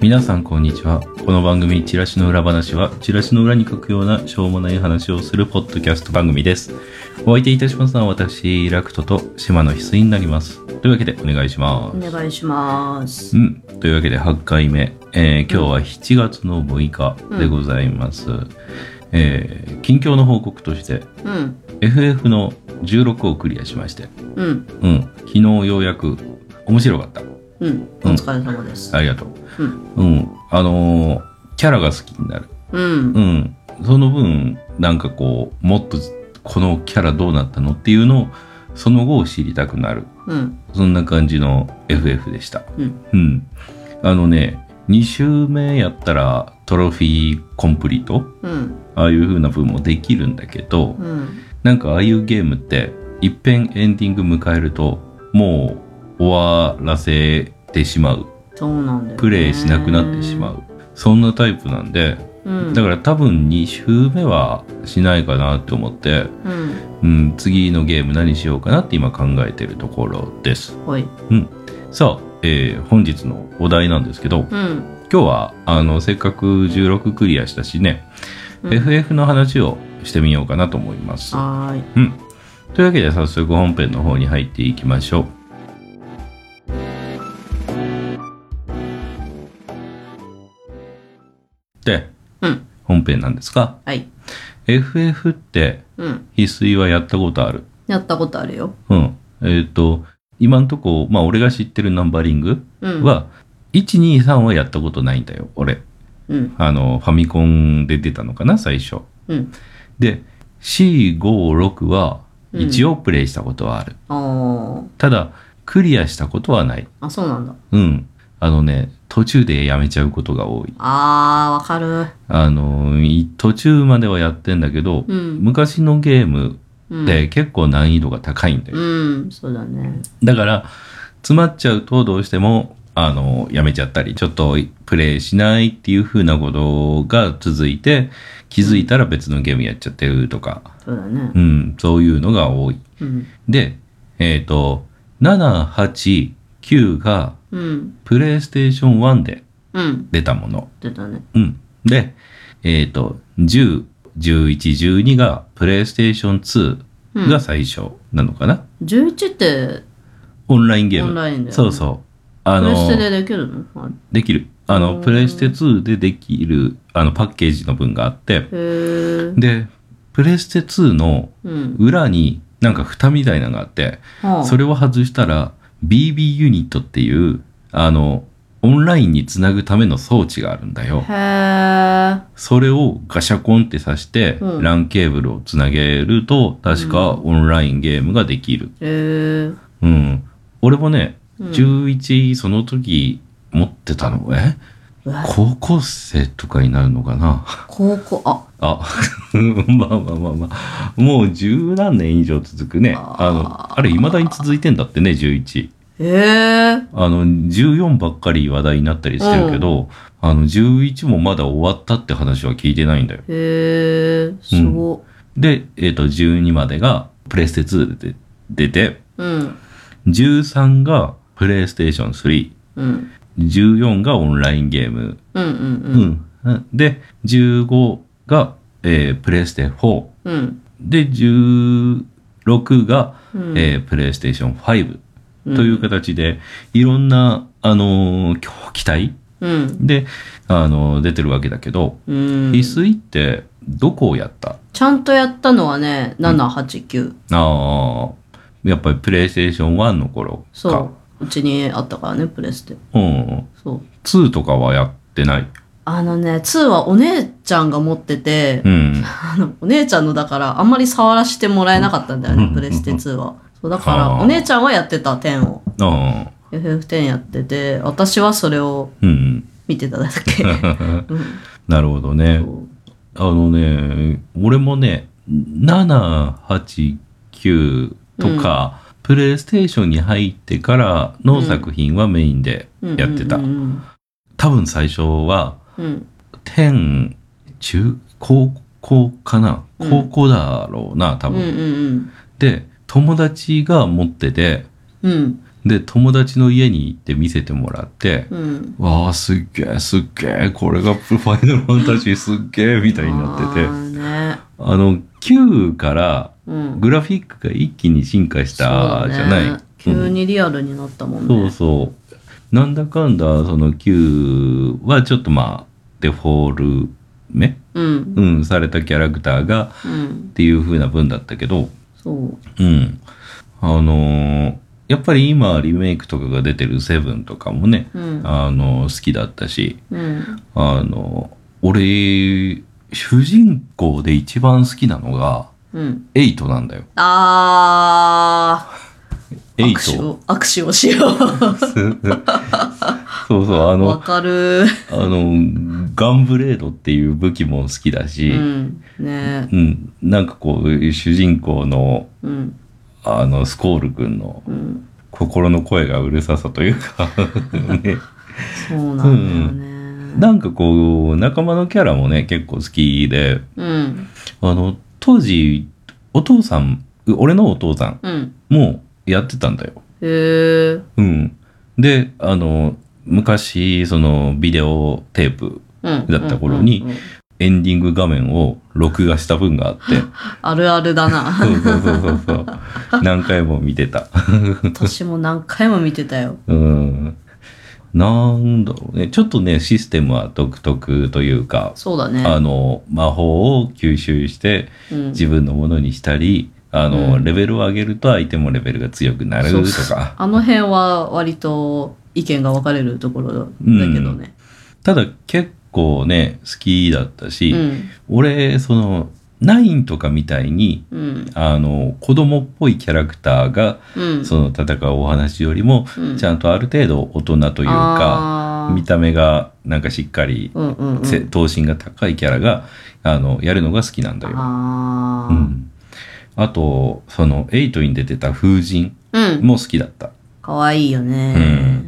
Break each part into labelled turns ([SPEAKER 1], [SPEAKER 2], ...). [SPEAKER 1] 皆さんこんにちは。この番組、チラシの裏話は、チラシの裏に書くようなしょうもない話をするポッドキャスト番組です。お相手いたしますのは私、ラクトと島の翡翠になります。というわけでお願いしま
[SPEAKER 2] お願いします
[SPEAKER 1] す。う。ん。というわけで8回目。えー今日は7月の6日でございます。えー近況の報告として、
[SPEAKER 2] うん、
[SPEAKER 1] FF の16をクリアしまして、
[SPEAKER 2] うん、
[SPEAKER 1] うん。昨日ようやく面白かった。
[SPEAKER 2] うん。お疲れ様です。
[SPEAKER 1] ありがとう。
[SPEAKER 2] うん、
[SPEAKER 1] うん。あのーキャラが好きになる。
[SPEAKER 2] うん
[SPEAKER 1] う、ん。その分、なんかこう、もっとこのキャラどうなったのっていうのを、その後を知りたくなる。
[SPEAKER 2] うん、
[SPEAKER 1] そんな感じの FF でした。
[SPEAKER 2] うん、
[SPEAKER 1] うん。あのね、2周目やったらトロフィーコンプリート
[SPEAKER 2] うん、
[SPEAKER 1] ああいう風な分もできるんだけど、
[SPEAKER 2] うん。
[SPEAKER 1] なんかああいうゲームって、一遍エンディング迎えると、もう終わらせてしまう。
[SPEAKER 2] そうなんだよ、ね。
[SPEAKER 1] プレイしなくなってしまう。そんなタイプなんで、
[SPEAKER 2] うん。
[SPEAKER 1] だ
[SPEAKER 2] か
[SPEAKER 1] から多分2周目はしないかなと思って、
[SPEAKER 2] ら、うん、
[SPEAKER 1] うん、次のゲーム何しようかなって今考えてるところです。
[SPEAKER 2] はい。
[SPEAKER 1] さあ、えー本日のお題なんですけど、
[SPEAKER 2] うん、
[SPEAKER 1] 今日はあのせっかく16クリアしたしね、
[SPEAKER 2] うん
[SPEAKER 1] FF の話をしてみようかなと思います。
[SPEAKER 2] はーい。
[SPEAKER 1] うん。というわけで早速本編の方に入っていきましょう。で、
[SPEAKER 2] うん、
[SPEAKER 1] 本編なんですが、
[SPEAKER 2] はい。
[SPEAKER 1] FF って
[SPEAKER 2] うん、
[SPEAKER 1] 翡翠はやったことある。
[SPEAKER 2] やったことあるよ。
[SPEAKER 1] うん。えっ、と、今んとこ、まあ俺が知ってるナンバリング
[SPEAKER 2] うん。、
[SPEAKER 1] は、123はやったことないんだよ、俺。
[SPEAKER 2] うん、
[SPEAKER 1] あの、ファミコンで出たのかな、最初。
[SPEAKER 2] うん。
[SPEAKER 1] で、456は、
[SPEAKER 2] うん
[SPEAKER 1] 一応プレイしたことはある。
[SPEAKER 2] あ
[SPEAKER 1] ただ、クリアしたことはない。
[SPEAKER 2] あ、あ、そうなんだ。
[SPEAKER 1] うん。あのね、途中でやめちゃうことが多い。
[SPEAKER 2] ああ、わかる。
[SPEAKER 1] あの、い途中まではやってんだけど、
[SPEAKER 2] うん、
[SPEAKER 1] 昔のゲーム
[SPEAKER 2] うん。
[SPEAKER 1] って結構難易度が高いんだよ。
[SPEAKER 2] うん、そうだね。
[SPEAKER 1] だから、詰まっちゃうとどうしても、あの、やめちゃったり、ちょっとプレイしないっていう風なことが続いて、気づいたら別のゲームやっちゃってるとか、
[SPEAKER 2] そうだね
[SPEAKER 1] う。ん、そういうのが多い。
[SPEAKER 2] うん、
[SPEAKER 1] で、えっ、と、7、8、9が、
[SPEAKER 2] うん、
[SPEAKER 1] プレイステーション1で
[SPEAKER 2] うん。
[SPEAKER 1] 出たもの。
[SPEAKER 2] 出たね。
[SPEAKER 1] うん。で、えっ、と、10、11、12がプレイステーション2が最初なのかな、
[SPEAKER 2] 11って、
[SPEAKER 1] オンラインゲーム。
[SPEAKER 2] オンラインだよね
[SPEAKER 1] そうそう。あ
[SPEAKER 2] プ
[SPEAKER 1] の、
[SPEAKER 2] レステでできるのあれ
[SPEAKER 1] できる。あ
[SPEAKER 2] う
[SPEAKER 1] の、
[SPEAKER 2] ん
[SPEAKER 1] プレイステ2でできる、あの、パッケージの分があって、
[SPEAKER 2] へえ。
[SPEAKER 1] で、プレステ2の
[SPEAKER 2] うん。
[SPEAKER 1] 裏になんか蓋みたいなのがあって、
[SPEAKER 2] はあ
[SPEAKER 1] それを外したら BB ユニットっていう、あの、オンラインにつなぐための装置があるんだよ。
[SPEAKER 2] へえ。
[SPEAKER 1] それをガシャコンって挿して、
[SPEAKER 2] うん
[SPEAKER 1] LAN ケーブルをつなげると、確かオンラインゲームができる。
[SPEAKER 2] へえ。
[SPEAKER 1] うん。俺もね、
[SPEAKER 2] うん
[SPEAKER 1] 11その時持ってたの、え
[SPEAKER 2] うわ
[SPEAKER 1] 高校生とかになるのかな
[SPEAKER 2] 高校、あ、
[SPEAKER 1] あ、 まあまあまあまあ。もう十何年以上続くね。あの、あれ未だに続いてんだってね、11。
[SPEAKER 2] へえ。
[SPEAKER 1] あの、14ばっかり話題になったりしてるけど、あの、11もまだ終わったって話は聞いてないんだよ。
[SPEAKER 2] へえ、すご。
[SPEAKER 1] で、えっ、と、12までがプレステ2で出て、
[SPEAKER 2] うん。
[SPEAKER 1] 13がプレイステーション3、
[SPEAKER 2] うん。
[SPEAKER 1] 14がオンラインゲーム、
[SPEAKER 2] うんう
[SPEAKER 1] うんん。で、15が、えープレイステ4、
[SPEAKER 2] うん。うん。
[SPEAKER 1] で、16が、
[SPEAKER 2] うん
[SPEAKER 1] えープレイステーション5
[SPEAKER 2] うん
[SPEAKER 1] という形で、いろんな、あのー狂気体
[SPEAKER 2] うん。
[SPEAKER 1] で、あのー出てるわけだけど、
[SPEAKER 2] うん。
[SPEAKER 1] 翡翠ってどこをやった
[SPEAKER 2] ちゃんとやったのはね、7、8、9。
[SPEAKER 1] あーやっぱりプレイステーション1の頃か。
[SPEAKER 2] そう。うちにあったからね、プレステ。
[SPEAKER 1] うん。
[SPEAKER 2] そう。
[SPEAKER 1] 2とかはやってない。
[SPEAKER 2] あのね、2はお姉ちゃんが持ってて
[SPEAKER 1] う、 ん。
[SPEAKER 2] あのお姉ちゃんのだから、あんまり触らせてもらえなかったんだよね、プレステ2は。そう、だか
[SPEAKER 1] あ
[SPEAKER 2] ら、
[SPEAKER 1] ー
[SPEAKER 2] お姉ちゃんはやってた、10を。
[SPEAKER 1] あ
[SPEAKER 2] FF10 やってて、私はそれを
[SPEAKER 1] ーうん。
[SPEAKER 2] 見てただ け。
[SPEAKER 1] なるほどね。
[SPEAKER 2] そう
[SPEAKER 1] あのね、俺もね、7、8、9とか、プレイステーションに入ってからの作品はメインでやってた。
[SPEAKER 2] うんうん
[SPEAKER 1] 多分最初は、
[SPEAKER 2] うんうん
[SPEAKER 1] 天、中、高校かな
[SPEAKER 2] うん
[SPEAKER 1] 高校だろうな、多
[SPEAKER 2] うんう
[SPEAKER 1] 分。
[SPEAKER 2] ん
[SPEAKER 1] で、友達が持ってて、
[SPEAKER 2] うんうん
[SPEAKER 1] で、友達の家に行って見せてもらって、
[SPEAKER 2] うん
[SPEAKER 1] わあ、すっげえ、すっげえ、これがファイナルファンタジーすっげえ、みたいになってて、あ
[SPEAKER 2] あーね
[SPEAKER 1] の、9から
[SPEAKER 2] うん
[SPEAKER 1] グラフィックが一気に進化したじゃない。
[SPEAKER 2] そうね急にリアルになったもん
[SPEAKER 1] そう
[SPEAKER 2] ね
[SPEAKER 1] そう。なんだかんだ、その Q はちょっとまあ、デフォルメ、
[SPEAKER 2] うん
[SPEAKER 1] うん、されたキャラクターが
[SPEAKER 2] うん
[SPEAKER 1] っていう風な分だったけど、
[SPEAKER 2] そう
[SPEAKER 1] うん。あのーやっぱり今リメイクとかが出てるセブンとかもね、
[SPEAKER 2] うん
[SPEAKER 1] あの好きだったし、
[SPEAKER 2] うん
[SPEAKER 1] あの俺、主人公で一番好きなのが、
[SPEAKER 2] うん
[SPEAKER 1] エイトなんだよ。
[SPEAKER 2] あー
[SPEAKER 1] エイ
[SPEAKER 2] 握手
[SPEAKER 1] ト。
[SPEAKER 2] を握手をしよう
[SPEAKER 1] そうそう、あの
[SPEAKER 2] わ、かる
[SPEAKER 1] あの、ガンブレードっていう武器も好きだし、
[SPEAKER 2] う
[SPEAKER 1] うん、
[SPEAKER 2] んね
[SPEAKER 1] なんかこう、主人公の、
[SPEAKER 2] うん
[SPEAKER 1] あの、スコール君の
[SPEAKER 2] うん
[SPEAKER 1] 心の声がうるささというか、 ね、
[SPEAKER 2] そうなんだよね
[SPEAKER 1] なんかこう、仲間のキャラもね、結構好きで、
[SPEAKER 2] うん
[SPEAKER 1] あの、当時、お父さん、俺のお父さん
[SPEAKER 2] うん
[SPEAKER 1] もやってたんだよ。
[SPEAKER 2] へえ
[SPEAKER 1] うん。で、あの、昔、その、ビデオテープ、
[SPEAKER 2] うん
[SPEAKER 1] だった頃に
[SPEAKER 2] うんうんうん
[SPEAKER 1] エンディング画面を録画した分があって、
[SPEAKER 2] あるあるだな
[SPEAKER 1] そうそうそうそうそう。何回も見てた。
[SPEAKER 2] 私も何回も見てたよ
[SPEAKER 1] うん。なんだろうね。ちょっとね、システムは独特というか、
[SPEAKER 2] そうだね
[SPEAKER 1] あの、魔法を吸収して
[SPEAKER 2] うん
[SPEAKER 1] 自分のものにしたり、あの、
[SPEAKER 2] うん
[SPEAKER 1] レベルを上げると相手もレベルが強くなる
[SPEAKER 2] そう
[SPEAKER 1] と
[SPEAKER 2] そう
[SPEAKER 1] か。
[SPEAKER 2] あの辺は割と意見が分かれるところだけどね。
[SPEAKER 1] ただ結構ね、好きだった
[SPEAKER 2] う
[SPEAKER 1] し、
[SPEAKER 2] ん。
[SPEAKER 1] 俺、その、ナインとかみたいに、
[SPEAKER 2] うん。
[SPEAKER 1] あの、子供っぽいキャラクターが、
[SPEAKER 2] うん。
[SPEAKER 1] その戦うお話よりも、
[SPEAKER 2] うん
[SPEAKER 1] ちゃんとある程度大人というか、
[SPEAKER 2] あー
[SPEAKER 1] 見た目がなんかしっかり、
[SPEAKER 2] うんうんうん。
[SPEAKER 1] せ頭身が高いキャラがあのやるのが好きなんだよ。
[SPEAKER 2] あ
[SPEAKER 1] う
[SPEAKER 2] ー
[SPEAKER 1] ん、あとそのエイトに出てた風神
[SPEAKER 2] うん。
[SPEAKER 1] も好きだった。
[SPEAKER 2] かわいいよ
[SPEAKER 1] う
[SPEAKER 2] ね
[SPEAKER 1] ん。、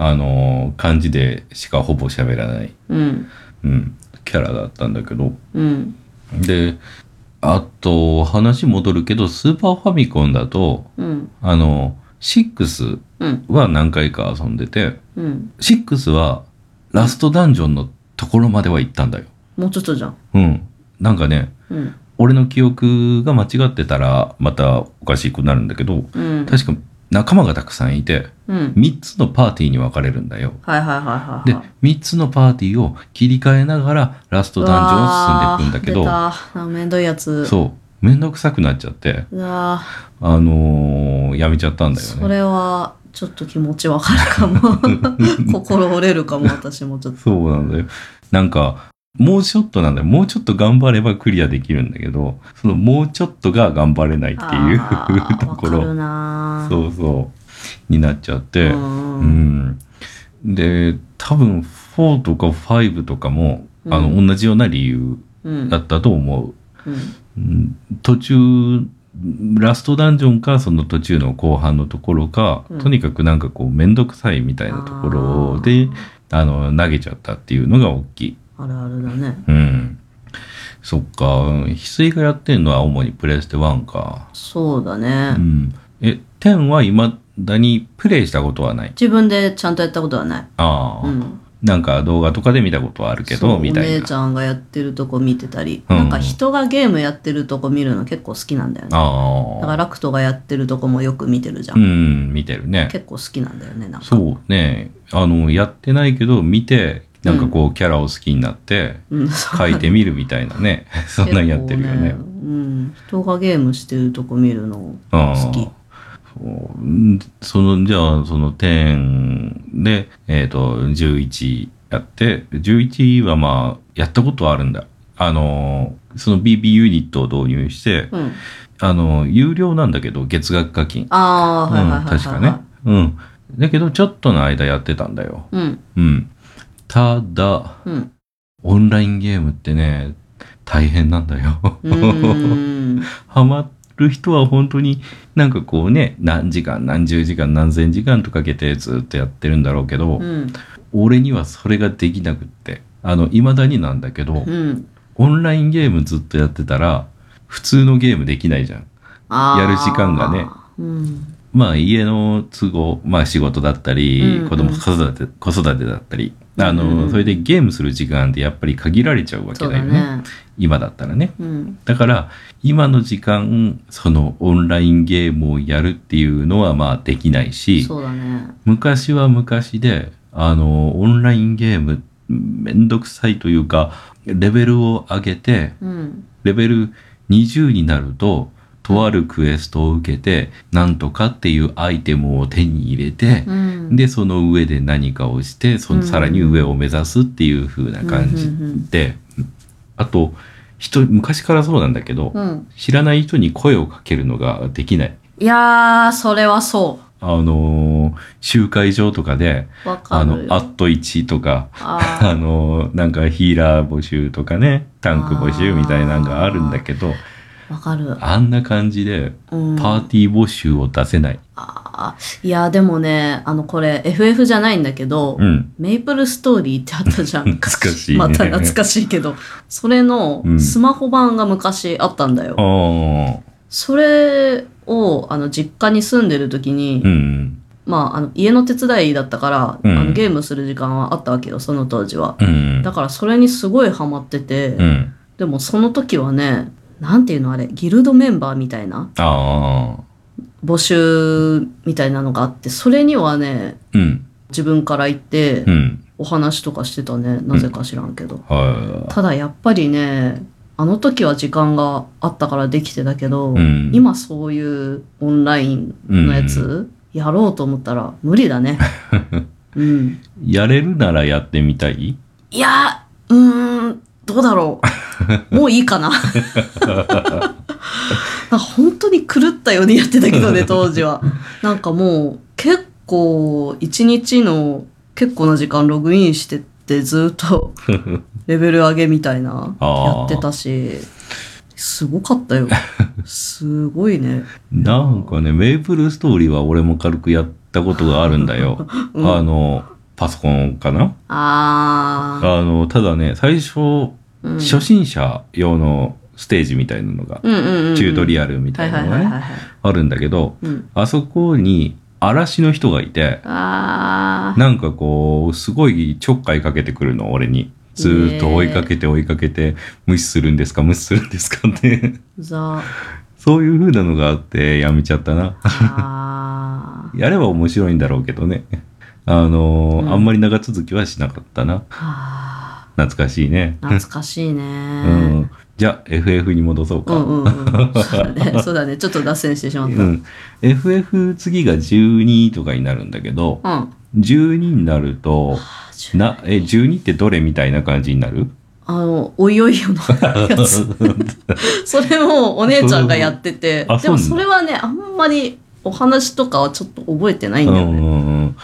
[SPEAKER 1] あの漢字でしかほぼ喋らない、
[SPEAKER 2] うん。
[SPEAKER 1] うん、キャラだったんだけど。
[SPEAKER 2] うん。
[SPEAKER 1] であと話戻るけどスーパーファミコンだと
[SPEAKER 2] うん。
[SPEAKER 1] あの6
[SPEAKER 2] うん。
[SPEAKER 1] は何回か遊んでて
[SPEAKER 2] うん。
[SPEAKER 1] 6はラストダンジョンのところまでは行ったんだよ。
[SPEAKER 2] もうちょっとじゃん。
[SPEAKER 1] うん。なんかね、
[SPEAKER 2] うん。
[SPEAKER 1] 俺の記憶が間違ってたらまたおかしくなるんだけど、
[SPEAKER 2] うん。
[SPEAKER 1] 確か仲間がたくさんいて、
[SPEAKER 2] うん。
[SPEAKER 1] 3つのパーティーに分かれるんだよ。
[SPEAKER 2] はいはいはいはい
[SPEAKER 1] で
[SPEAKER 2] はい。、
[SPEAKER 1] 3つのパーティーを切り替えながらラストダンジョンを進んでいくん
[SPEAKER 2] う
[SPEAKER 1] だ
[SPEAKER 2] わー出た。なんかめんどいや
[SPEAKER 1] け
[SPEAKER 2] つ。
[SPEAKER 1] ど、そう、めんどくさくなっちゃって、
[SPEAKER 2] う。わ
[SPEAKER 1] あのーやめちゃったん
[SPEAKER 2] ー
[SPEAKER 1] だよ
[SPEAKER 2] そ
[SPEAKER 1] ね。
[SPEAKER 2] れは、ちょっと気持ちわかるか も。心折れるかも、私もちょっと。
[SPEAKER 1] そうなんだよ。なんか、もうちょっとなんだよ。もうちょっと頑張ればクリアできるんだけど、そのもうちょっとが頑張れないってい
[SPEAKER 2] あー
[SPEAKER 1] う ところ
[SPEAKER 2] わか。るなー
[SPEAKER 1] そうそう。になっちゃって。
[SPEAKER 2] う
[SPEAKER 1] うんん。で、多分4とか5とかも、
[SPEAKER 2] うん
[SPEAKER 1] あの、同じような理由
[SPEAKER 2] うん
[SPEAKER 1] だったと思
[SPEAKER 2] うん
[SPEAKER 1] う。うん途中、ラストダンジョンか、その途中の後半のところか、
[SPEAKER 2] うん
[SPEAKER 1] とにかくなんかこう、めんどくさいみたいなところで、あの、投げちゃったっていうのが大きい。
[SPEAKER 2] あるあるだね
[SPEAKER 1] うん。そっか、翡翠がやってんのは主にプレステ1か。
[SPEAKER 2] そうだ
[SPEAKER 1] う
[SPEAKER 2] ね、
[SPEAKER 1] ん。え、10はいまだにプレイしたことはない。
[SPEAKER 2] 自分でちゃんとやったことはない、
[SPEAKER 1] ああ、
[SPEAKER 2] うん、
[SPEAKER 1] なんか動画とかで見たことはあるけ
[SPEAKER 2] そう
[SPEAKER 1] ど、みた
[SPEAKER 2] お
[SPEAKER 1] い
[SPEAKER 2] 姉
[SPEAKER 1] な
[SPEAKER 2] ち。ゃんがやってるとこ見てたり、
[SPEAKER 1] うん
[SPEAKER 2] なんか人がゲームやってるとこ見るの結構好きなんだよねだから
[SPEAKER 1] ああ。
[SPEAKER 2] ラクトがやってるとこもよく見てるじゃ、
[SPEAKER 1] うんん、見てるね。
[SPEAKER 2] 結構好きなんだよねなんか
[SPEAKER 1] そうね。あの、やってないけど、見て、なんかこう、キャラを好きになって、
[SPEAKER 2] うん、そ
[SPEAKER 1] 書いてみるみたいなね。 そんなんやってるよね
[SPEAKER 2] 結構。うん、人がゲームしてるとこ見るの
[SPEAKER 1] ああ
[SPEAKER 2] 好き
[SPEAKER 1] そううんその、じゃあ、その10で、えっ、と、11やって、11はまあ、やったことはあるんだ。あの、その BB ユニットを導入して、
[SPEAKER 2] うん
[SPEAKER 1] あの、有料なんだけど、月額課金。
[SPEAKER 2] ああはい
[SPEAKER 1] うん、
[SPEAKER 2] はいはいはい、はい
[SPEAKER 1] 確かね。うん。だけど、ちょっとの間やってたんだよ。
[SPEAKER 2] うん
[SPEAKER 1] うん。ただ、
[SPEAKER 2] うん
[SPEAKER 1] オンラインゲームってね、大変なんだよ。
[SPEAKER 2] うーん
[SPEAKER 1] ハマっる人は本当になんかこうね何時間何十時間何千時間とかけてずっとやってるんだろうけど、
[SPEAKER 2] うん。
[SPEAKER 1] 俺にはそれができなくってあの未だになんだけど、
[SPEAKER 2] うん。
[SPEAKER 1] オンラインゲームずっとやってたら普通のゲームできないじゃん。
[SPEAKER 2] あー
[SPEAKER 1] やる時間がね。
[SPEAKER 2] うん。
[SPEAKER 1] まあ家の都合、まあ仕事だったり、
[SPEAKER 2] うんうん
[SPEAKER 1] 子供子育て、子育てだったり、あの、
[SPEAKER 2] うんうん
[SPEAKER 1] それでゲームする時間ってやっぱり限られちゃうわけ
[SPEAKER 2] そう
[SPEAKER 1] だ
[SPEAKER 2] だ
[SPEAKER 1] よね。
[SPEAKER 2] ね。
[SPEAKER 1] 今だったらね。
[SPEAKER 2] うん。
[SPEAKER 1] だから、今の時間、そのオンラインゲームをやるっていうのはまあできないし、
[SPEAKER 2] そうだね。
[SPEAKER 1] 昔は昔で、あの、オンラインゲーム、めんどくさいというか、レベルを上げて、
[SPEAKER 2] うん。
[SPEAKER 1] レベル20になると、とあるクエストを受けて、なんとかっていうアイテムを手に入れて、
[SPEAKER 2] うん。
[SPEAKER 1] で、その上で何かをして、そ
[SPEAKER 2] うん
[SPEAKER 1] のさらに上を目指すっていう風な感じ
[SPEAKER 2] うんうんうん
[SPEAKER 1] で、あと、人、昔からそうなんだけど、
[SPEAKER 2] うん。
[SPEAKER 1] 知らない人に声をかけるのができない。
[SPEAKER 2] いやー、それはそ
[SPEAKER 1] あのー集会場とかで、
[SPEAKER 2] う。わか
[SPEAKER 1] あ
[SPEAKER 2] る
[SPEAKER 1] の、
[SPEAKER 2] よ。
[SPEAKER 1] アット1とか、
[SPEAKER 2] あ ー
[SPEAKER 1] あの、なんかヒーラー募集とかね、タンク募集みたいなのがあるんだけど、
[SPEAKER 2] わかる。
[SPEAKER 1] あんな感じで、
[SPEAKER 2] うん。
[SPEAKER 1] パーティー募集を出せない。
[SPEAKER 2] あーいや、でもね、あの、これ、FF じゃないんだけど、
[SPEAKER 1] うん。
[SPEAKER 2] メイプルストーリーってあったじゃん。
[SPEAKER 1] 懐かしいね
[SPEAKER 2] また懐かしいけど。それの
[SPEAKER 1] うん
[SPEAKER 2] スマホ版が昔あったんだよ。
[SPEAKER 1] ああ、
[SPEAKER 2] それを、あの、実家に住んでる時に、
[SPEAKER 1] うん。
[SPEAKER 2] まあ、あの、家の手伝いだったから、
[SPEAKER 1] うん
[SPEAKER 2] あのゲームする時間はあったわけよ、その当時は。
[SPEAKER 1] うん。
[SPEAKER 2] だから、それにすごいハマってて、
[SPEAKER 1] うん。
[SPEAKER 2] でも、その時はね、なんていうのあれ、ギルドメンバーみたいな、
[SPEAKER 1] ああ、
[SPEAKER 2] 募集みたいなのがあって、それにはね、
[SPEAKER 1] うん。
[SPEAKER 2] 自分から行って
[SPEAKER 1] う、ん。
[SPEAKER 2] お話とかしてたね。なぜか知らんけど。
[SPEAKER 1] は
[SPEAKER 2] ただやっぱりねあの時は時間があったからできてたけど、
[SPEAKER 1] うん
[SPEAKER 2] 今そういうオンラインのやつやろうと思ったら無理 だね。うん、
[SPEAKER 1] い。やれるならやってみたい
[SPEAKER 2] いやうーんどうだろ うもういいかな。なんか本当に狂ったようにやってたけどね当時は。なんかもう結構一日の結構な時間ログインしてってずっ とレベル上げみたいなや
[SPEAKER 1] あ
[SPEAKER 2] っ
[SPEAKER 1] ー
[SPEAKER 2] てたしすごかったよすごいね
[SPEAKER 1] なんかね、メイプルストーリーは俺も軽くやったことがあるんだよ。
[SPEAKER 2] うん
[SPEAKER 1] あの、パソコンかな
[SPEAKER 2] あー
[SPEAKER 1] あの、ただね、最初、
[SPEAKER 2] うん
[SPEAKER 1] 初心者用のステージみたいなのが、
[SPEAKER 2] うんうんうんうん
[SPEAKER 1] チュートリ
[SPEAKER 2] ア
[SPEAKER 1] アルみたいなの
[SPEAKER 2] はいは
[SPEAKER 1] が
[SPEAKER 2] いは
[SPEAKER 1] ね、
[SPEAKER 2] いはい、はい
[SPEAKER 1] あるんだけど、
[SPEAKER 2] うん、
[SPEAKER 1] あそこに嵐の人がいて、
[SPEAKER 2] あー
[SPEAKER 1] なんかこう、すごいちょっかいかけてくるの、俺に。ずーっと追いかけて追いかけて、無視するんですか、無視するんですかって。
[SPEAKER 2] うざ
[SPEAKER 1] そういう風なのがあって、やめちゃったな。
[SPEAKER 2] あー
[SPEAKER 1] やれば面白いんだろうけどね。 あのー
[SPEAKER 2] うん
[SPEAKER 1] あんまり長続きはしなかったな。
[SPEAKER 2] あ
[SPEAKER 1] 懐かしいね。
[SPEAKER 2] ー懐かしいね、
[SPEAKER 1] うん。じゃあ、FF に戻そう
[SPEAKER 2] う
[SPEAKER 1] か。
[SPEAKER 2] んうんうん、そうだねそうだねちょっと脱線してしまった、
[SPEAKER 1] うん FF 次が12とかになるんだけど、
[SPEAKER 2] うん
[SPEAKER 1] 12になると、
[SPEAKER 2] あちゅ
[SPEAKER 1] な、え、12ってどれみたいな感じになる
[SPEAKER 2] あの、おいおいよのやつ。 それもお姉ちゃんがやってて
[SPEAKER 1] あ、
[SPEAKER 2] でも
[SPEAKER 1] そ
[SPEAKER 2] そう
[SPEAKER 1] な
[SPEAKER 2] れはね、あんまりお話とかはちょっと覚えてないん
[SPEAKER 1] う
[SPEAKER 2] だよね。
[SPEAKER 1] んうんうん。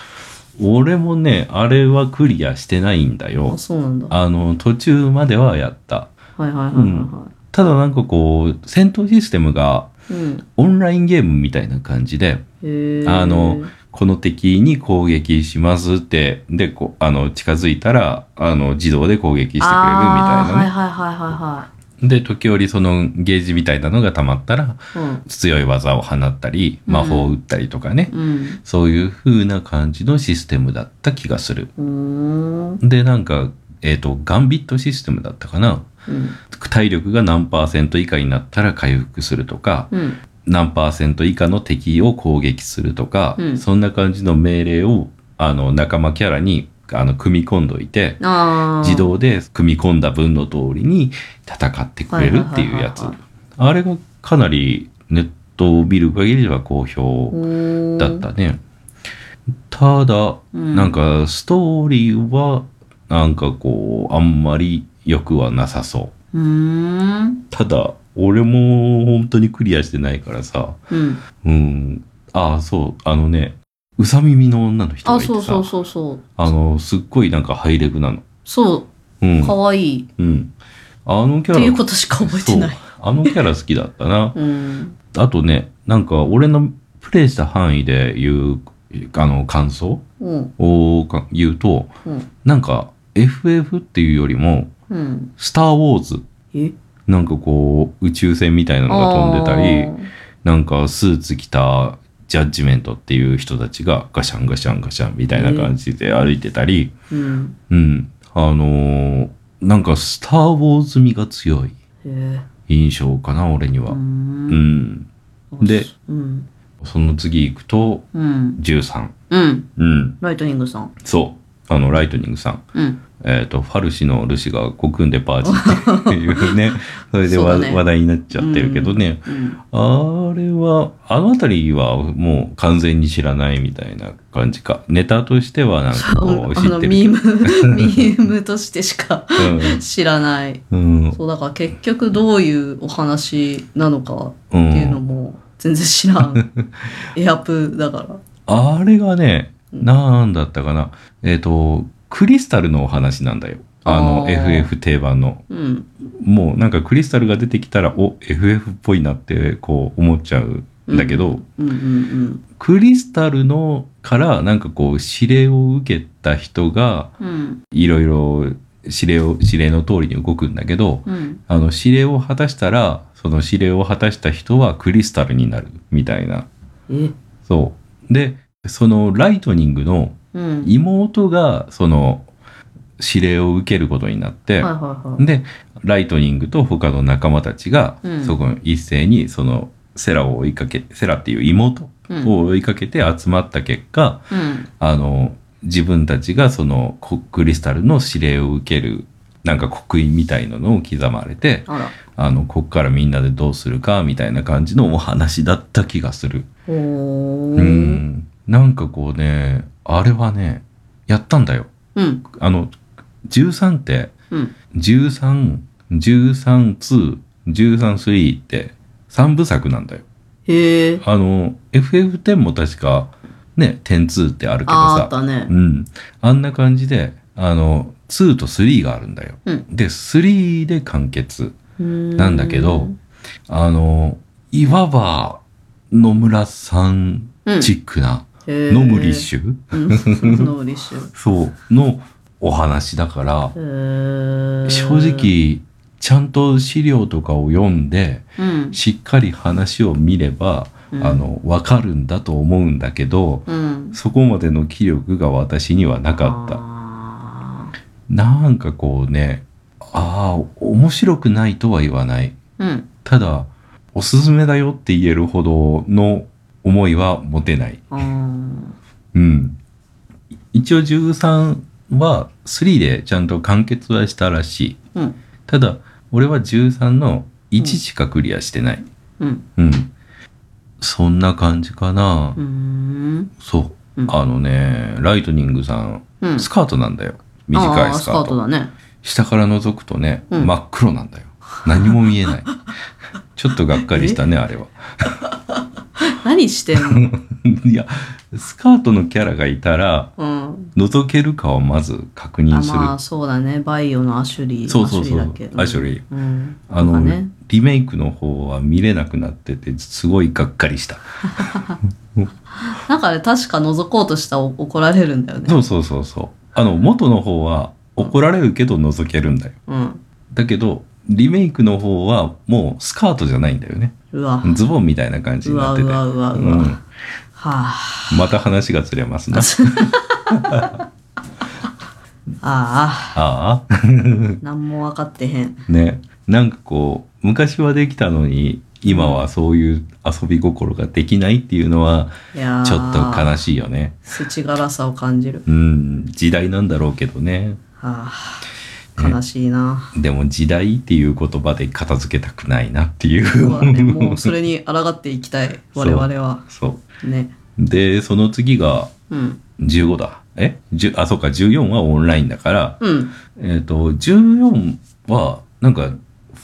[SPEAKER 1] 俺もね、あれはクリアしてないんだよ
[SPEAKER 2] あ、。そうなんだ。は
[SPEAKER 1] あの、途中まではやった。
[SPEAKER 2] いはいはいはいは
[SPEAKER 1] ただなんかこう、戦闘システムが
[SPEAKER 2] い。うん。
[SPEAKER 1] オンラインゲームみたいな感じで、
[SPEAKER 2] へえ。
[SPEAKER 1] あの、この敵に攻撃しますって、で、こう、あの、近づいたら、あの、自動で攻撃してくれるみたい
[SPEAKER 2] あー
[SPEAKER 1] な
[SPEAKER 2] はい
[SPEAKER 1] ね。
[SPEAKER 2] はいはいは
[SPEAKER 1] で、時折そのゲージみたいなのが溜まったら、
[SPEAKER 2] いはい。
[SPEAKER 1] 強い技を放ったり、魔法を打ったりとかね。
[SPEAKER 2] うん。
[SPEAKER 1] そういう風な感じのシステムだった気がする。
[SPEAKER 2] うん。うーん。
[SPEAKER 1] で、なんか、えっ、と、ガンビットシステムだったかな。
[SPEAKER 2] うん。
[SPEAKER 1] 体力が何パーセント以下になったら回復するとか、
[SPEAKER 2] うん。
[SPEAKER 1] 何パーセント以下の敵を攻撃するとか、
[SPEAKER 2] うん
[SPEAKER 1] そんな感じの命令を、あの、仲間キャラに、あの、組み込んどいて、
[SPEAKER 2] ああ。
[SPEAKER 1] 自。動で組み込んだ分の通りに戦ってくれるっていうやつ
[SPEAKER 2] はいはいはいはい。
[SPEAKER 1] あれがかなりネットを見る限りでは好評だったね。ただ、
[SPEAKER 2] うん
[SPEAKER 1] なんかストーリーはなんかこうあんまり良くはなさそう。
[SPEAKER 2] うーん。
[SPEAKER 1] ただ俺も本当にクリアしてないからさ、
[SPEAKER 2] うん。
[SPEAKER 1] うん、ああそうあのねうさ耳の女の人
[SPEAKER 2] あ、
[SPEAKER 1] がいてさ
[SPEAKER 2] そうそうそうそう。
[SPEAKER 1] あのすっごいなんかハイレグなの。
[SPEAKER 2] そ
[SPEAKER 1] うん
[SPEAKER 2] う、かわいい。
[SPEAKER 1] うん、あのキャ
[SPEAKER 2] と
[SPEAKER 1] ラ
[SPEAKER 2] いうことしか覚えてない。
[SPEAKER 1] そうあのキャラ好きだったな。
[SPEAKER 2] うん。
[SPEAKER 1] あとね、なんか俺のプレイした範囲で言う、あの、感想
[SPEAKER 2] うん。
[SPEAKER 1] をか言うと、
[SPEAKER 2] うん。
[SPEAKER 1] なんか FF っていうよりも、
[SPEAKER 2] うん。
[SPEAKER 1] スター・ウォーズ。
[SPEAKER 2] え
[SPEAKER 1] なんかこう、宇宙船みたいなのが飛んでたり
[SPEAKER 2] あ、ー
[SPEAKER 1] なんかスーツ着たジャッジメントっていう人たちがガシャンガシャンガシャンみたいな感じで歩いてたり、
[SPEAKER 2] うん。
[SPEAKER 1] うん。あのーなんかスター・ウォーズ味が強い
[SPEAKER 2] へえ。
[SPEAKER 1] 印象かな、俺には。
[SPEAKER 2] う
[SPEAKER 1] うん。
[SPEAKER 2] ん。
[SPEAKER 1] で
[SPEAKER 2] うん。
[SPEAKER 1] その次行くと、
[SPEAKER 2] うん。
[SPEAKER 1] 13。
[SPEAKER 2] うん。
[SPEAKER 1] うん。
[SPEAKER 2] ライトニングさん。
[SPEAKER 1] そう。あの、ライトニングさん。
[SPEAKER 2] うん。
[SPEAKER 1] えっ、と、ファルシのルシがコクンでパージっていう ね、それでわ
[SPEAKER 2] そうだね
[SPEAKER 1] 話題になっちゃってるけどね。
[SPEAKER 2] うん。
[SPEAKER 1] あれは、あの辺りはもう完全に知らないみたいな感じか。ネタとしてはなんか
[SPEAKER 2] あ
[SPEAKER 1] こ
[SPEAKER 2] の
[SPEAKER 1] う
[SPEAKER 2] あ
[SPEAKER 1] 知っ
[SPEAKER 2] の
[SPEAKER 1] て
[SPEAKER 2] ミー
[SPEAKER 1] る。
[SPEAKER 2] ム、 ミームとしてしか知らない。
[SPEAKER 1] うん。うん
[SPEAKER 2] そう、だから結局どういうお話なのかっていうのも全然知 らん。エアプだから。
[SPEAKER 1] あれがね、なんだったかな。えっ、と、クリスタルのお話なんだよ。あの
[SPEAKER 2] あー
[SPEAKER 1] FF 定番の。
[SPEAKER 2] うん。
[SPEAKER 1] もうなんかクリスタルが出てきたら、お、FF っぽいなってこう思っちゃうんだけど、
[SPEAKER 2] うんうん
[SPEAKER 1] クリスタルのからなんかこう指令を受けた人が
[SPEAKER 2] うん。うん。
[SPEAKER 1] いろいろ指令を指令の通りに動くんだけど、
[SPEAKER 2] うん。
[SPEAKER 1] あの指令を果たしたらその指令を果たした人はクリスタルになるみたいな
[SPEAKER 2] え
[SPEAKER 1] そうでそのライトニングの
[SPEAKER 2] うん。
[SPEAKER 1] 妹がその指令を受けることになって、
[SPEAKER 2] はいはいはい。
[SPEAKER 1] でライトニングと他の仲間たちが、
[SPEAKER 2] うん
[SPEAKER 1] そこに一斉にそのセラを追いかけセラっていう妹
[SPEAKER 2] うん
[SPEAKER 1] を追いかけて集まった結果、
[SPEAKER 2] うん。
[SPEAKER 1] あの自分たちがそのコクリスタルの指令を受けるなんか刻印みたいなのを刻まれて
[SPEAKER 2] あら。
[SPEAKER 1] あのこっからみんなでどうするかみたいな感じのお話だった気がする。
[SPEAKER 2] ほー
[SPEAKER 1] う。んなんかこうねあれはねやったんだよ。
[SPEAKER 2] うん。
[SPEAKER 1] あの13って
[SPEAKER 2] うん。
[SPEAKER 1] 13132133って3部作なんだよ。
[SPEAKER 2] へえ。
[SPEAKER 1] あの FF10 も確かね102ってあるけど
[SPEAKER 2] あーあっ
[SPEAKER 1] さ
[SPEAKER 2] たね
[SPEAKER 1] う。ん、あんな感じであの2と3があるんだよ。
[SPEAKER 2] うん
[SPEAKER 1] で3で完結な
[SPEAKER 2] なん
[SPEAKER 1] だけどあのいわば野村さんチックな、
[SPEAKER 2] ノ
[SPEAKER 1] ノムリッシュ
[SPEAKER 2] ュ。うんノムリッシュ。
[SPEAKER 1] そうのお話だから
[SPEAKER 2] へー
[SPEAKER 1] 正、直ちゃんと資料とかを読んで
[SPEAKER 2] うん
[SPEAKER 1] しっかり話を見れば、
[SPEAKER 2] うん
[SPEAKER 1] あの分かるんだと思うんだけど、
[SPEAKER 2] うん、
[SPEAKER 1] そこまでの気力が私にはなかった。
[SPEAKER 2] あ
[SPEAKER 1] なんかこうね、ああ、面白くないとは言わない。
[SPEAKER 2] ーうん
[SPEAKER 1] ただ、おすすめだよって言えるほどの思いは持てない。
[SPEAKER 2] あー
[SPEAKER 1] うん。一応13は3でちゃんと完結はしたらしい。
[SPEAKER 2] うん
[SPEAKER 1] ただ、俺は13の1しかクリアしてない。
[SPEAKER 2] うん
[SPEAKER 1] うん。そんな感じかな。
[SPEAKER 2] うーん
[SPEAKER 1] そう。
[SPEAKER 2] うん
[SPEAKER 1] あのね、ライトニングさん、
[SPEAKER 2] うん
[SPEAKER 1] スカートなんだよ。短いスカ
[SPEAKER 2] あ
[SPEAKER 1] ー
[SPEAKER 2] ー
[SPEAKER 1] ト。
[SPEAKER 2] だね
[SPEAKER 1] 下から覗くとね、
[SPEAKER 2] うん
[SPEAKER 1] 真っ黒なんだよ。何も見え ない。ちょっとがっかりしたね、あれは。
[SPEAKER 2] 何してんの
[SPEAKER 1] いや、スカートのキャラがいたら、
[SPEAKER 2] うん
[SPEAKER 1] 覗けるかをまず確認
[SPEAKER 2] あ
[SPEAKER 1] する。
[SPEAKER 2] まあそうだねバイオのアシュリー
[SPEAKER 1] そうそうそう
[SPEAKER 2] アシュリーだっけ
[SPEAKER 1] アシュリー
[SPEAKER 2] うん、
[SPEAKER 1] あの、
[SPEAKER 2] とかね
[SPEAKER 1] リメイクの方は見れなくなってて、すごいがっかりした。
[SPEAKER 2] なんかね確か覗こうとしたら怒られるんだよね
[SPEAKER 1] そうそうそうそう。あの、元の方は怒られるけど覗けるんだよ。
[SPEAKER 2] うん
[SPEAKER 1] だけど、リメイクの方はもうスカートじゃないんだよね。
[SPEAKER 2] うわ
[SPEAKER 1] ズボンみたいな感じ
[SPEAKER 2] う
[SPEAKER 1] にな
[SPEAKER 2] わ
[SPEAKER 1] って
[SPEAKER 2] う
[SPEAKER 1] て。
[SPEAKER 2] わうわうわ、
[SPEAKER 1] うん
[SPEAKER 2] はあ
[SPEAKER 1] また話がずれますな。
[SPEAKER 2] あ
[SPEAKER 1] ああ。
[SPEAKER 2] あ何も分かってへん
[SPEAKER 1] ね。なんかこう、昔はできたのに、今はそういう遊び心ができないっていうのは、
[SPEAKER 2] いやー
[SPEAKER 1] ちょっと悲しいよね。
[SPEAKER 2] すちがらさを感じる
[SPEAKER 1] うん、時代なんだろうけどね。
[SPEAKER 2] はあ悲しいな、
[SPEAKER 1] でも時代っていう言葉で片付けたくないなっていう。
[SPEAKER 2] そうだね、もうそれに抗っていきたい
[SPEAKER 1] そう
[SPEAKER 2] 我々は
[SPEAKER 1] そう。
[SPEAKER 2] ね
[SPEAKER 1] で、その次が
[SPEAKER 2] うん
[SPEAKER 1] 15だ。え10あ、そうか、14はオンラインだから、
[SPEAKER 2] うん
[SPEAKER 1] えっ、と、14は、なんか、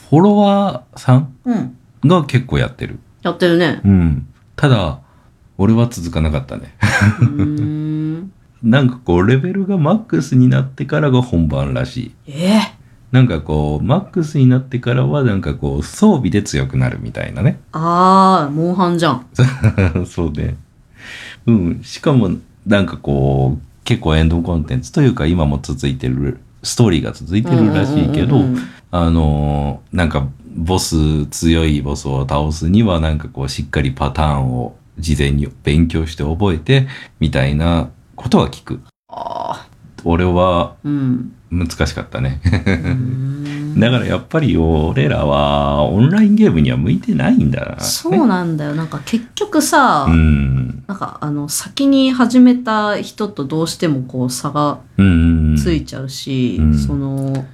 [SPEAKER 1] フォロワーさん
[SPEAKER 2] うん
[SPEAKER 1] が結構やってる。
[SPEAKER 2] やって るね
[SPEAKER 1] うん。ただ、俺は続かなかったね。
[SPEAKER 2] うーん
[SPEAKER 1] なんかこう、レベルがマックスになってからが本番らしい。
[SPEAKER 2] え
[SPEAKER 1] なんかこう、マックスになってからは、なんかこう、装備で強くなるみたいなね。
[SPEAKER 2] ああ、モンハンじゃん。
[SPEAKER 1] そうね。うん。しかも、なんかこう、結構エンドコンテンツというか、今も続いてる、ストーリーが続いてるらしいけど、
[SPEAKER 2] うんうんうんうん
[SPEAKER 1] あのーなんか、ボス、強いボスを倒すには、なんかこう、しっかりパターンを事前に勉強して覚えて、みたいなことは聞く。
[SPEAKER 2] あ
[SPEAKER 1] 俺は、
[SPEAKER 2] ーうん。
[SPEAKER 1] 難しかった ね。
[SPEAKER 2] うーん
[SPEAKER 1] だからやっぱり俺らはオンラインゲームには向いてないんだな、ね。
[SPEAKER 2] そうなんだよ。なんか結局さ、
[SPEAKER 1] うん。
[SPEAKER 2] なんかあの先に始めた人とどうしてもこう差が
[SPEAKER 1] うん。
[SPEAKER 2] ついちゃうし、
[SPEAKER 1] うん
[SPEAKER 2] その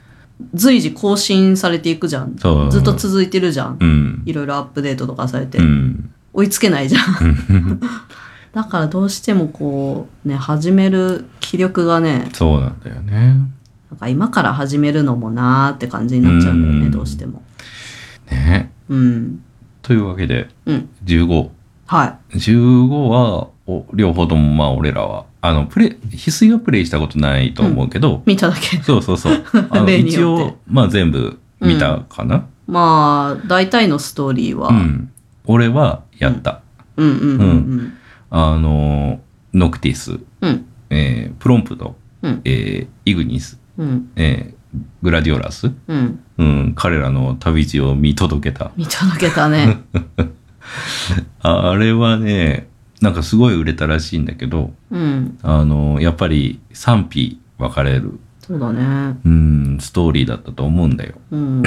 [SPEAKER 2] 随時更新されていくじゃん。
[SPEAKER 1] そう
[SPEAKER 2] ずっと続いてるじゃん。
[SPEAKER 1] うん。
[SPEAKER 2] いろいろアップデートとかされて、
[SPEAKER 1] うん。
[SPEAKER 2] 追いつけないじゃん。
[SPEAKER 1] うん
[SPEAKER 2] だからどうしてもこうね始める気力がね
[SPEAKER 1] そうなんだよね。
[SPEAKER 2] なんか今から始めるのもなーって感じになっちゃうんだよね、
[SPEAKER 1] うん
[SPEAKER 2] どうしても。
[SPEAKER 1] ね。
[SPEAKER 2] うん。
[SPEAKER 1] というわけで、
[SPEAKER 2] うん。
[SPEAKER 1] 15。
[SPEAKER 2] は
[SPEAKER 1] 15は、お両方ともまあ俺らは、あの、プレイ、翡翠はプレイしたことないと思うけど
[SPEAKER 2] い。、見ただけ。
[SPEAKER 1] そうそう そう。あの
[SPEAKER 2] 例に
[SPEAKER 1] 一
[SPEAKER 2] よって
[SPEAKER 1] 応、まあ全部見たかな。
[SPEAKER 2] まあ大体のストーリーは、
[SPEAKER 1] うん。俺はやった。
[SPEAKER 2] うんうんうん
[SPEAKER 1] あの、ノクティス、
[SPEAKER 2] うんうん
[SPEAKER 1] えープロンプト、
[SPEAKER 2] うん
[SPEAKER 1] えーイグニス、
[SPEAKER 2] うん
[SPEAKER 1] えーグラディオラス、
[SPEAKER 2] うん
[SPEAKER 1] うん、彼らの旅路を見届けた。
[SPEAKER 2] 見届けたね
[SPEAKER 1] ああれはね、なんかすごい売れたらしいんだけど、
[SPEAKER 2] うん
[SPEAKER 1] あの、やっぱり賛否分かれる、
[SPEAKER 2] そうだね
[SPEAKER 1] うん、ストーリーだったと思うんだよ。
[SPEAKER 2] うん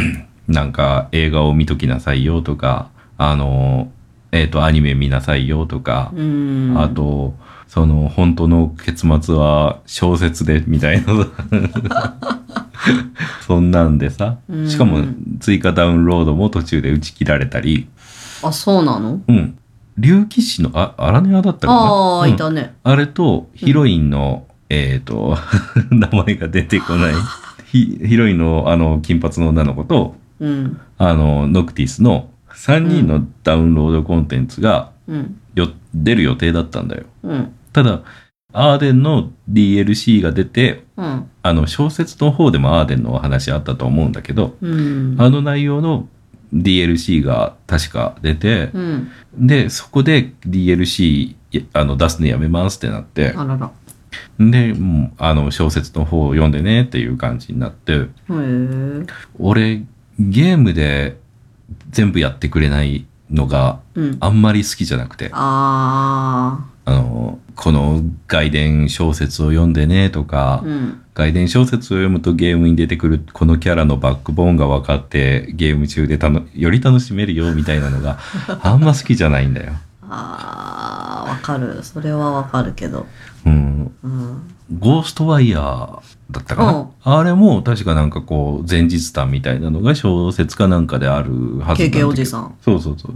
[SPEAKER 1] なんか映画を見ときなさいよとか、あの、えっ、と、アニメ見なさいよとか、
[SPEAKER 2] うん
[SPEAKER 1] あと、その、本当の結末は小説で、みたいな。 そんなんでさ
[SPEAKER 2] う。ん
[SPEAKER 1] しかも、追加ダウンロードも途中で打ち切られたり。
[SPEAKER 2] あそうなの
[SPEAKER 1] うん。竜騎士の、あ、荒根屋だったかな
[SPEAKER 2] ああ
[SPEAKER 1] うん
[SPEAKER 2] いたね
[SPEAKER 1] あれと、ヒロインの、えっ、と、 名前が出てこない。ヒヒロインの、あの、金髪の女の子と、
[SPEAKER 2] うん
[SPEAKER 1] あの、ノクティスの3人のダウンロードコンテンツが、
[SPEAKER 2] うん
[SPEAKER 1] よ、出る予定だったんだよ。
[SPEAKER 2] うん
[SPEAKER 1] ただ、アーデンの DLC が出て、
[SPEAKER 2] うん
[SPEAKER 1] あの、小説の方でもアーデンのお話あったと思うんだけど、
[SPEAKER 2] うん
[SPEAKER 1] あの内容の DLC が確か出て
[SPEAKER 2] う、ん
[SPEAKER 1] で、そこで DLC やあの出すのやめますってなって、
[SPEAKER 2] あらら
[SPEAKER 1] で、もうあの、小説の方を読んでねっていう感じになって、
[SPEAKER 2] へえ
[SPEAKER 1] 俺、ゲームで全部やってくれないのが
[SPEAKER 2] うん
[SPEAKER 1] あんまり好きじゃなくて、
[SPEAKER 2] あ
[SPEAKER 1] あの、この外伝小説を読んでねとか
[SPEAKER 2] あ、うん
[SPEAKER 1] 外伝小説を読むとゲームに出てくるこのキャラのバックボーンが分かってゲーム中でたのより楽しめるよみたいな のがあんま好きじゃないんだよ。
[SPEAKER 2] ああわかるそれはわかるけど
[SPEAKER 1] うん。
[SPEAKER 2] うん
[SPEAKER 1] ゴーストワイヤーだったか
[SPEAKER 2] う。
[SPEAKER 1] なんあれも確かなんかこう前日談みたいなのが小説かなんかであるはずなんだけ
[SPEAKER 2] KK
[SPEAKER 1] ど
[SPEAKER 2] おじさん。
[SPEAKER 1] そうそうそう。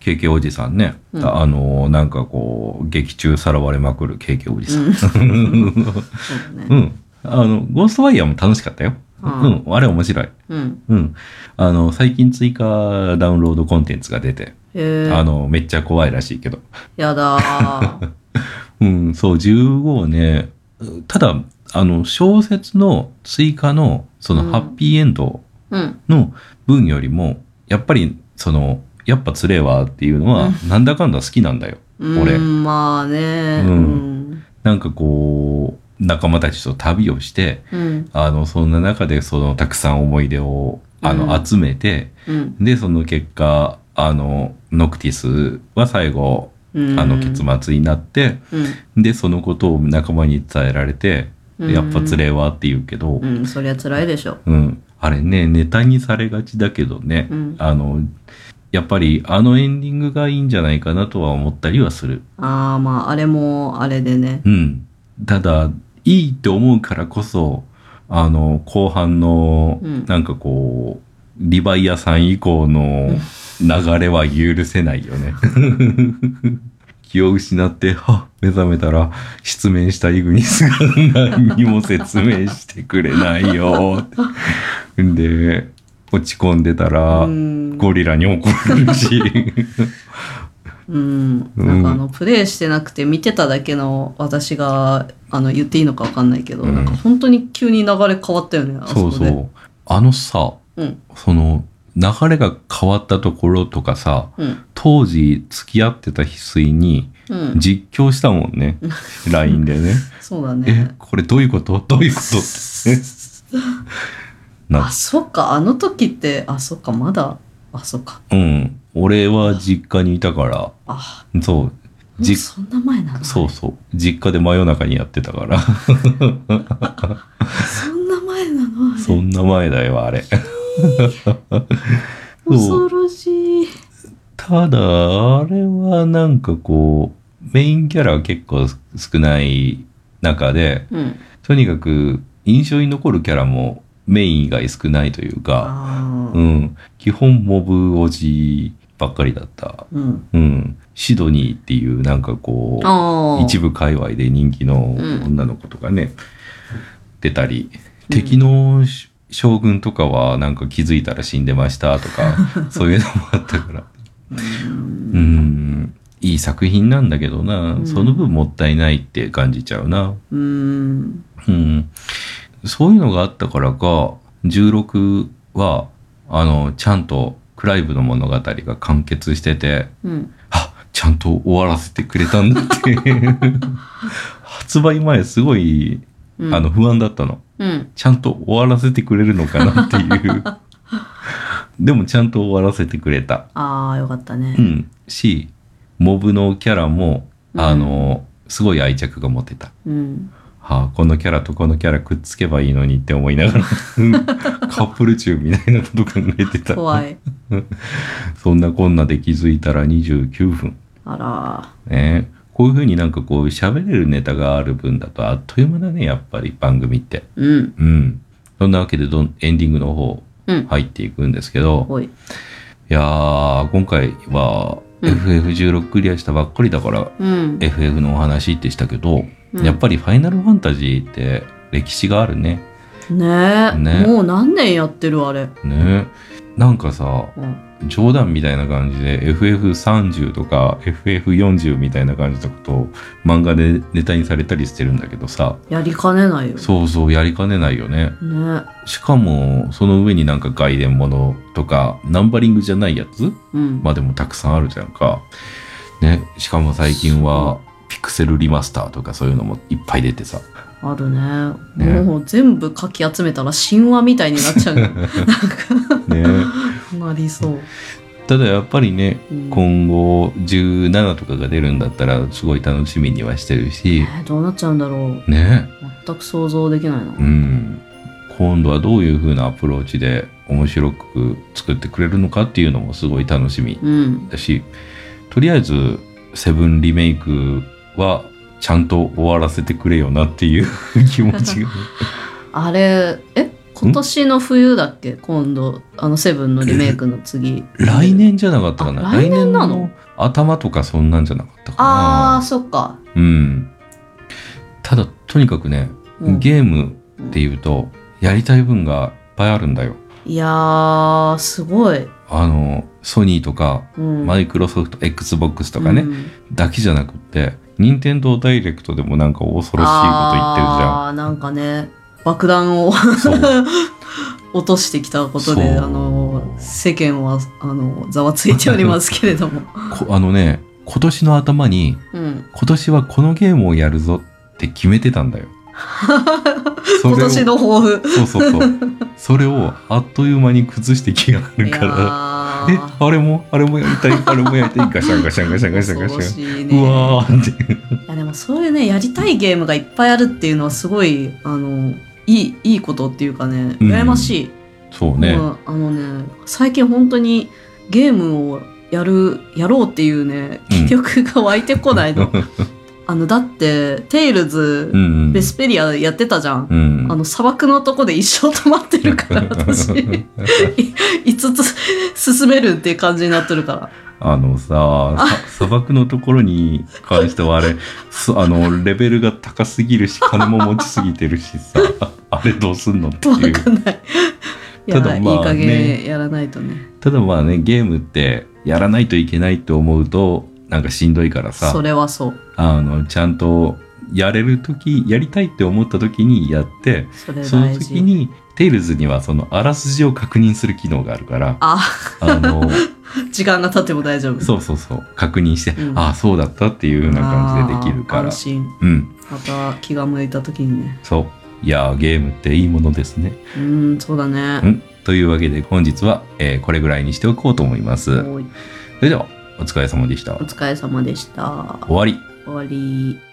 [SPEAKER 1] KK おじさんね。
[SPEAKER 2] うん
[SPEAKER 1] あの、なんかこう劇中さらわれまくる KK おじさん。
[SPEAKER 2] そうだ
[SPEAKER 1] う
[SPEAKER 2] ね
[SPEAKER 1] ん。あの、ゴーストワイヤーも楽しかったよ。う
[SPEAKER 2] あ
[SPEAKER 1] ん。あれ面白い。
[SPEAKER 2] うん
[SPEAKER 1] うん。あの、最近追加ダウンロードコンテンツが出て、
[SPEAKER 2] へ
[SPEAKER 1] あ
[SPEAKER 2] え
[SPEAKER 1] の、めっちゃ怖いらしいけど。
[SPEAKER 2] やだー
[SPEAKER 1] うん、そう、15をね、ただ、あの、小説の追加の、その、
[SPEAKER 2] うん
[SPEAKER 1] ハッピーエンド
[SPEAKER 2] うん
[SPEAKER 1] の分よりも、やっぱり、その、やっぱつれえわっていうのは、なんだかんだ好きなんだよ。俺
[SPEAKER 2] うんまあね
[SPEAKER 1] う
[SPEAKER 2] うんん
[SPEAKER 1] なんかこう、仲間たちと旅をして、
[SPEAKER 2] うん
[SPEAKER 1] あの、そんな中で、その、たくさん思い出を、あの、
[SPEAKER 2] うん
[SPEAKER 1] 集めて、
[SPEAKER 2] うん
[SPEAKER 1] で、その結果、あの、ノクティスは最後、あの結末になって、で、そのことを仲間に伝えられて、
[SPEAKER 2] うん
[SPEAKER 1] やっぱつれえわって言うけど
[SPEAKER 2] う、ん、うん、そりゃ辛いでしょ
[SPEAKER 1] うん。あれね、ネタにされがちだけどね、
[SPEAKER 2] うん
[SPEAKER 1] あの、やっぱりあのエンディングがいいんじゃないかなとは思ったりはする。
[SPEAKER 2] ああまああれもあれでね
[SPEAKER 1] うん。ただ、いいって思うからこそ、あの、後半の、
[SPEAKER 2] うん
[SPEAKER 1] なんかこう、リヴァイアさん以降の流れは許せないよね。 気を失って、は目覚めたら、失明したイグニスが何にも説明してくれないよ。んで、落ち込んでたら、
[SPEAKER 2] うん
[SPEAKER 1] ゴリラに怒るし。
[SPEAKER 2] うん
[SPEAKER 1] うん
[SPEAKER 2] なんかあのプレイしてなくて見てただけの私があの言っていいのかわかんないけど、
[SPEAKER 1] うん
[SPEAKER 2] なんか本当に急に流れ変わったよねあ
[SPEAKER 1] そう
[SPEAKER 2] こ
[SPEAKER 1] そ
[SPEAKER 2] で
[SPEAKER 1] う。あのさ、
[SPEAKER 2] うん
[SPEAKER 1] その、流れが変わったところとかさ、
[SPEAKER 2] うん
[SPEAKER 1] 当時付き合ってた翡翠に
[SPEAKER 2] うん
[SPEAKER 1] 実況したもんね。LINE でね。
[SPEAKER 2] そうだ
[SPEAKER 1] え
[SPEAKER 2] ね、
[SPEAKER 1] これどういうことどういうことって。な
[SPEAKER 2] あ、そっかあの時ってあそっかまだあそっか
[SPEAKER 1] うん。俺は実家にいたから、
[SPEAKER 2] あ
[SPEAKER 1] そう。
[SPEAKER 2] もう
[SPEAKER 1] じ
[SPEAKER 2] そんな前なの
[SPEAKER 1] そうそう。実家で真夜中にやってたから。
[SPEAKER 2] そんな前なのあれ
[SPEAKER 1] そんな前だよ、あれ。
[SPEAKER 2] 恐ろしい
[SPEAKER 1] ただ、あれはなんかこう、メインキャラは結構少ない中で、
[SPEAKER 2] うん
[SPEAKER 1] とにかく印象に残るキャラもメイン以外少ないというか、
[SPEAKER 2] あ
[SPEAKER 1] う
[SPEAKER 2] ー
[SPEAKER 1] ん。基本モブおじばっかりだった。
[SPEAKER 2] うん
[SPEAKER 1] うん。シドニーっていうなんかこう、
[SPEAKER 2] あー
[SPEAKER 1] 一部界隈で人気の女の子とかね、出たり、
[SPEAKER 2] うん
[SPEAKER 1] 敵のし将軍とかはなんか気づいたら死んでましたと か、そういうのもあったから。
[SPEAKER 2] うん
[SPEAKER 1] うん、いい作品なんだけどな、
[SPEAKER 2] うん
[SPEAKER 1] その分もったいないって感じちゃうな。
[SPEAKER 2] うん
[SPEAKER 1] うん、そういうのがあったからか、16は、あの、ちゃんとクライブの物語が完結してて、
[SPEAKER 2] うん
[SPEAKER 1] あちゃんと終わらせてくれたんだって。 発売前すごい、
[SPEAKER 2] うん
[SPEAKER 1] あの、不安だったの。
[SPEAKER 2] うん
[SPEAKER 1] ちゃんと終わらせてくれるのかなって いう。でもちゃんと終わらせてくれた。
[SPEAKER 2] ああよかった
[SPEAKER 1] う
[SPEAKER 2] ね
[SPEAKER 1] ん、しモブのキャラも、
[SPEAKER 2] うん
[SPEAKER 1] あのすごい愛着が持てた。
[SPEAKER 2] うん
[SPEAKER 1] はあ、このキャラとこのキャラくっつけばいいのにって思いな がらうんカップル中みたいなこと考えてた
[SPEAKER 2] 怖い
[SPEAKER 1] そんなこんなで気づいたら29分
[SPEAKER 2] あ
[SPEAKER 1] ねこういうふうになんかこう喋れるネタがある分だとあっという間だねやっぱり番組って
[SPEAKER 2] らうん
[SPEAKER 1] うんそんなわけでどんエンディングの方
[SPEAKER 2] うん
[SPEAKER 1] 入っていくんですけど、
[SPEAKER 2] おい
[SPEAKER 1] いやー今回は
[SPEAKER 2] うん
[SPEAKER 1] FF16 クリアしたばっかりだから、
[SPEAKER 2] うん
[SPEAKER 1] FF のお話でしたけど、
[SPEAKER 2] うん
[SPEAKER 1] やっぱり「ファイナルファンタジー」って歴史があるね。
[SPEAKER 2] ねえ
[SPEAKER 1] ね
[SPEAKER 2] もう何年やってるあれ
[SPEAKER 1] ねなんかさ
[SPEAKER 2] うん
[SPEAKER 1] 冗談みたいな感じで FF30 とか FF40 みたいな感じのことを漫画でネタにされたりしてるんだけどさ
[SPEAKER 2] やりかねないよ
[SPEAKER 1] そうそうやりかねないよね。
[SPEAKER 2] ね
[SPEAKER 1] しかもその上になんか外伝ものとかナンバリングじゃないやつ
[SPEAKER 2] うん
[SPEAKER 1] までもたくさんあるじゃんか。ね、しかも最近はピクセルリマスターとかそういうのもいっぱい出てさ
[SPEAKER 2] あるね
[SPEAKER 1] ね
[SPEAKER 2] もう全部かき集めたら神話みたいにな っちゃうなんか
[SPEAKER 1] ね
[SPEAKER 2] なりそう、
[SPEAKER 1] ただやっぱりね
[SPEAKER 2] うん
[SPEAKER 1] 今後17とかが出るんだったらすごい楽しみにはしてるし
[SPEAKER 2] ねどうなっちゃうんだろう
[SPEAKER 1] ね
[SPEAKER 2] 全く想像できないな
[SPEAKER 1] うん今度はどういう風なアプローチで面白く作ってくれるのかっていうのもすごい楽しみ
[SPEAKER 2] うん
[SPEAKER 1] だしとりあえず「セブンリメイク」はちゃんと終わらせてくれよなっていう気持ち が
[SPEAKER 2] あれえ今年の冬だっけ今度あのセブンのリメイクの次
[SPEAKER 1] 来年じゃなかったかな
[SPEAKER 2] あ来年なの
[SPEAKER 1] 頭とかそんなんじゃなかったかな
[SPEAKER 2] あーそっか、
[SPEAKER 1] うんただとにかくね
[SPEAKER 2] うん
[SPEAKER 1] ゲームっていうとやりたい分がいっぱいあるんだよ。
[SPEAKER 2] いやーすごい、
[SPEAKER 1] あのソニーとか
[SPEAKER 2] うん、
[SPEAKER 1] マ
[SPEAKER 2] イ
[SPEAKER 1] イクロソフト XBOX とかね、だけじゃなくって任天堂ダイレクトでもなんか恐ろしいこ
[SPEAKER 2] あーなんかね爆弾を
[SPEAKER 1] と言ってるじゃん。
[SPEAKER 2] 落としてきたこと
[SPEAKER 1] そう
[SPEAKER 2] であの世間はあのざわついておりますけれども、
[SPEAKER 1] そうこあのね今年の頭に
[SPEAKER 2] うん、
[SPEAKER 1] 今年はこのゲームをやるぞって決めてたん だよ。それ
[SPEAKER 2] 今
[SPEAKER 1] を
[SPEAKER 2] 年の抱負
[SPEAKER 1] そうそうそう。それをあっという間に崩してきやがる
[SPEAKER 2] いや
[SPEAKER 1] から。え
[SPEAKER 2] ー
[SPEAKER 1] あれもあれもやりたいあれもやりたいガシャンガシャンガシャンガシャンガシ
[SPEAKER 2] 恐
[SPEAKER 1] ャ
[SPEAKER 2] ろ
[SPEAKER 1] ン。
[SPEAKER 2] しいうね
[SPEAKER 1] わーって。
[SPEAKER 2] いやでもそういうねやりたいゲームがいっぱいあるっていうのはすごいあのいいいいことっていうかね
[SPEAKER 1] うん
[SPEAKER 2] 羨ましい、
[SPEAKER 1] そうね。
[SPEAKER 2] まああのね最近本当にゲームをやるやろうっていうね
[SPEAKER 1] うん
[SPEAKER 2] 気力が湧いてこな いの、あのだって「テイルズ」
[SPEAKER 1] うんうん
[SPEAKER 2] ベスペリア」やってたじゃん、
[SPEAKER 1] うん。
[SPEAKER 2] あの砂漠のとこで一生止まって るから私5つ進めるっていう感じになってるから
[SPEAKER 1] あのささ砂漠のところに関してはあれすあのレベルが高すぎるし金も持ちすぎてるしさあれどうすんのって
[SPEAKER 2] わ
[SPEAKER 1] いう
[SPEAKER 2] かんない。いや
[SPEAKER 1] ただまあ
[SPEAKER 2] いい加
[SPEAKER 1] ね
[SPEAKER 2] 減やらないとね
[SPEAKER 1] ただまあねゲームってやらないといけないって思うとなんかしんどいからさ
[SPEAKER 2] それはそう。
[SPEAKER 1] あのちゃんとやれる時やりたいって思った時にやって
[SPEAKER 2] それ
[SPEAKER 1] その
[SPEAKER 2] 大
[SPEAKER 1] 時
[SPEAKER 2] 事。
[SPEAKER 1] にテイルズにはそのあらすじを確認する機能があるから
[SPEAKER 2] あ、
[SPEAKER 1] あの
[SPEAKER 2] 時間が経っても大丈夫。
[SPEAKER 1] そうそうそう確認して、
[SPEAKER 2] うん
[SPEAKER 1] ああそうだったっていうような感じでできるか
[SPEAKER 2] あー
[SPEAKER 1] ら
[SPEAKER 2] 安心。
[SPEAKER 1] うん
[SPEAKER 2] また気が向いた時にね。
[SPEAKER 1] そういやーゲームっていいものですね
[SPEAKER 2] うん、そうだ
[SPEAKER 1] う
[SPEAKER 2] ね。
[SPEAKER 1] んというわけで本日は、えーこれぐらいにしておこうと思います
[SPEAKER 2] おい
[SPEAKER 1] それではお疲れ様でした
[SPEAKER 2] お疲れ様でした。
[SPEAKER 1] 終わり
[SPEAKER 2] 終わり。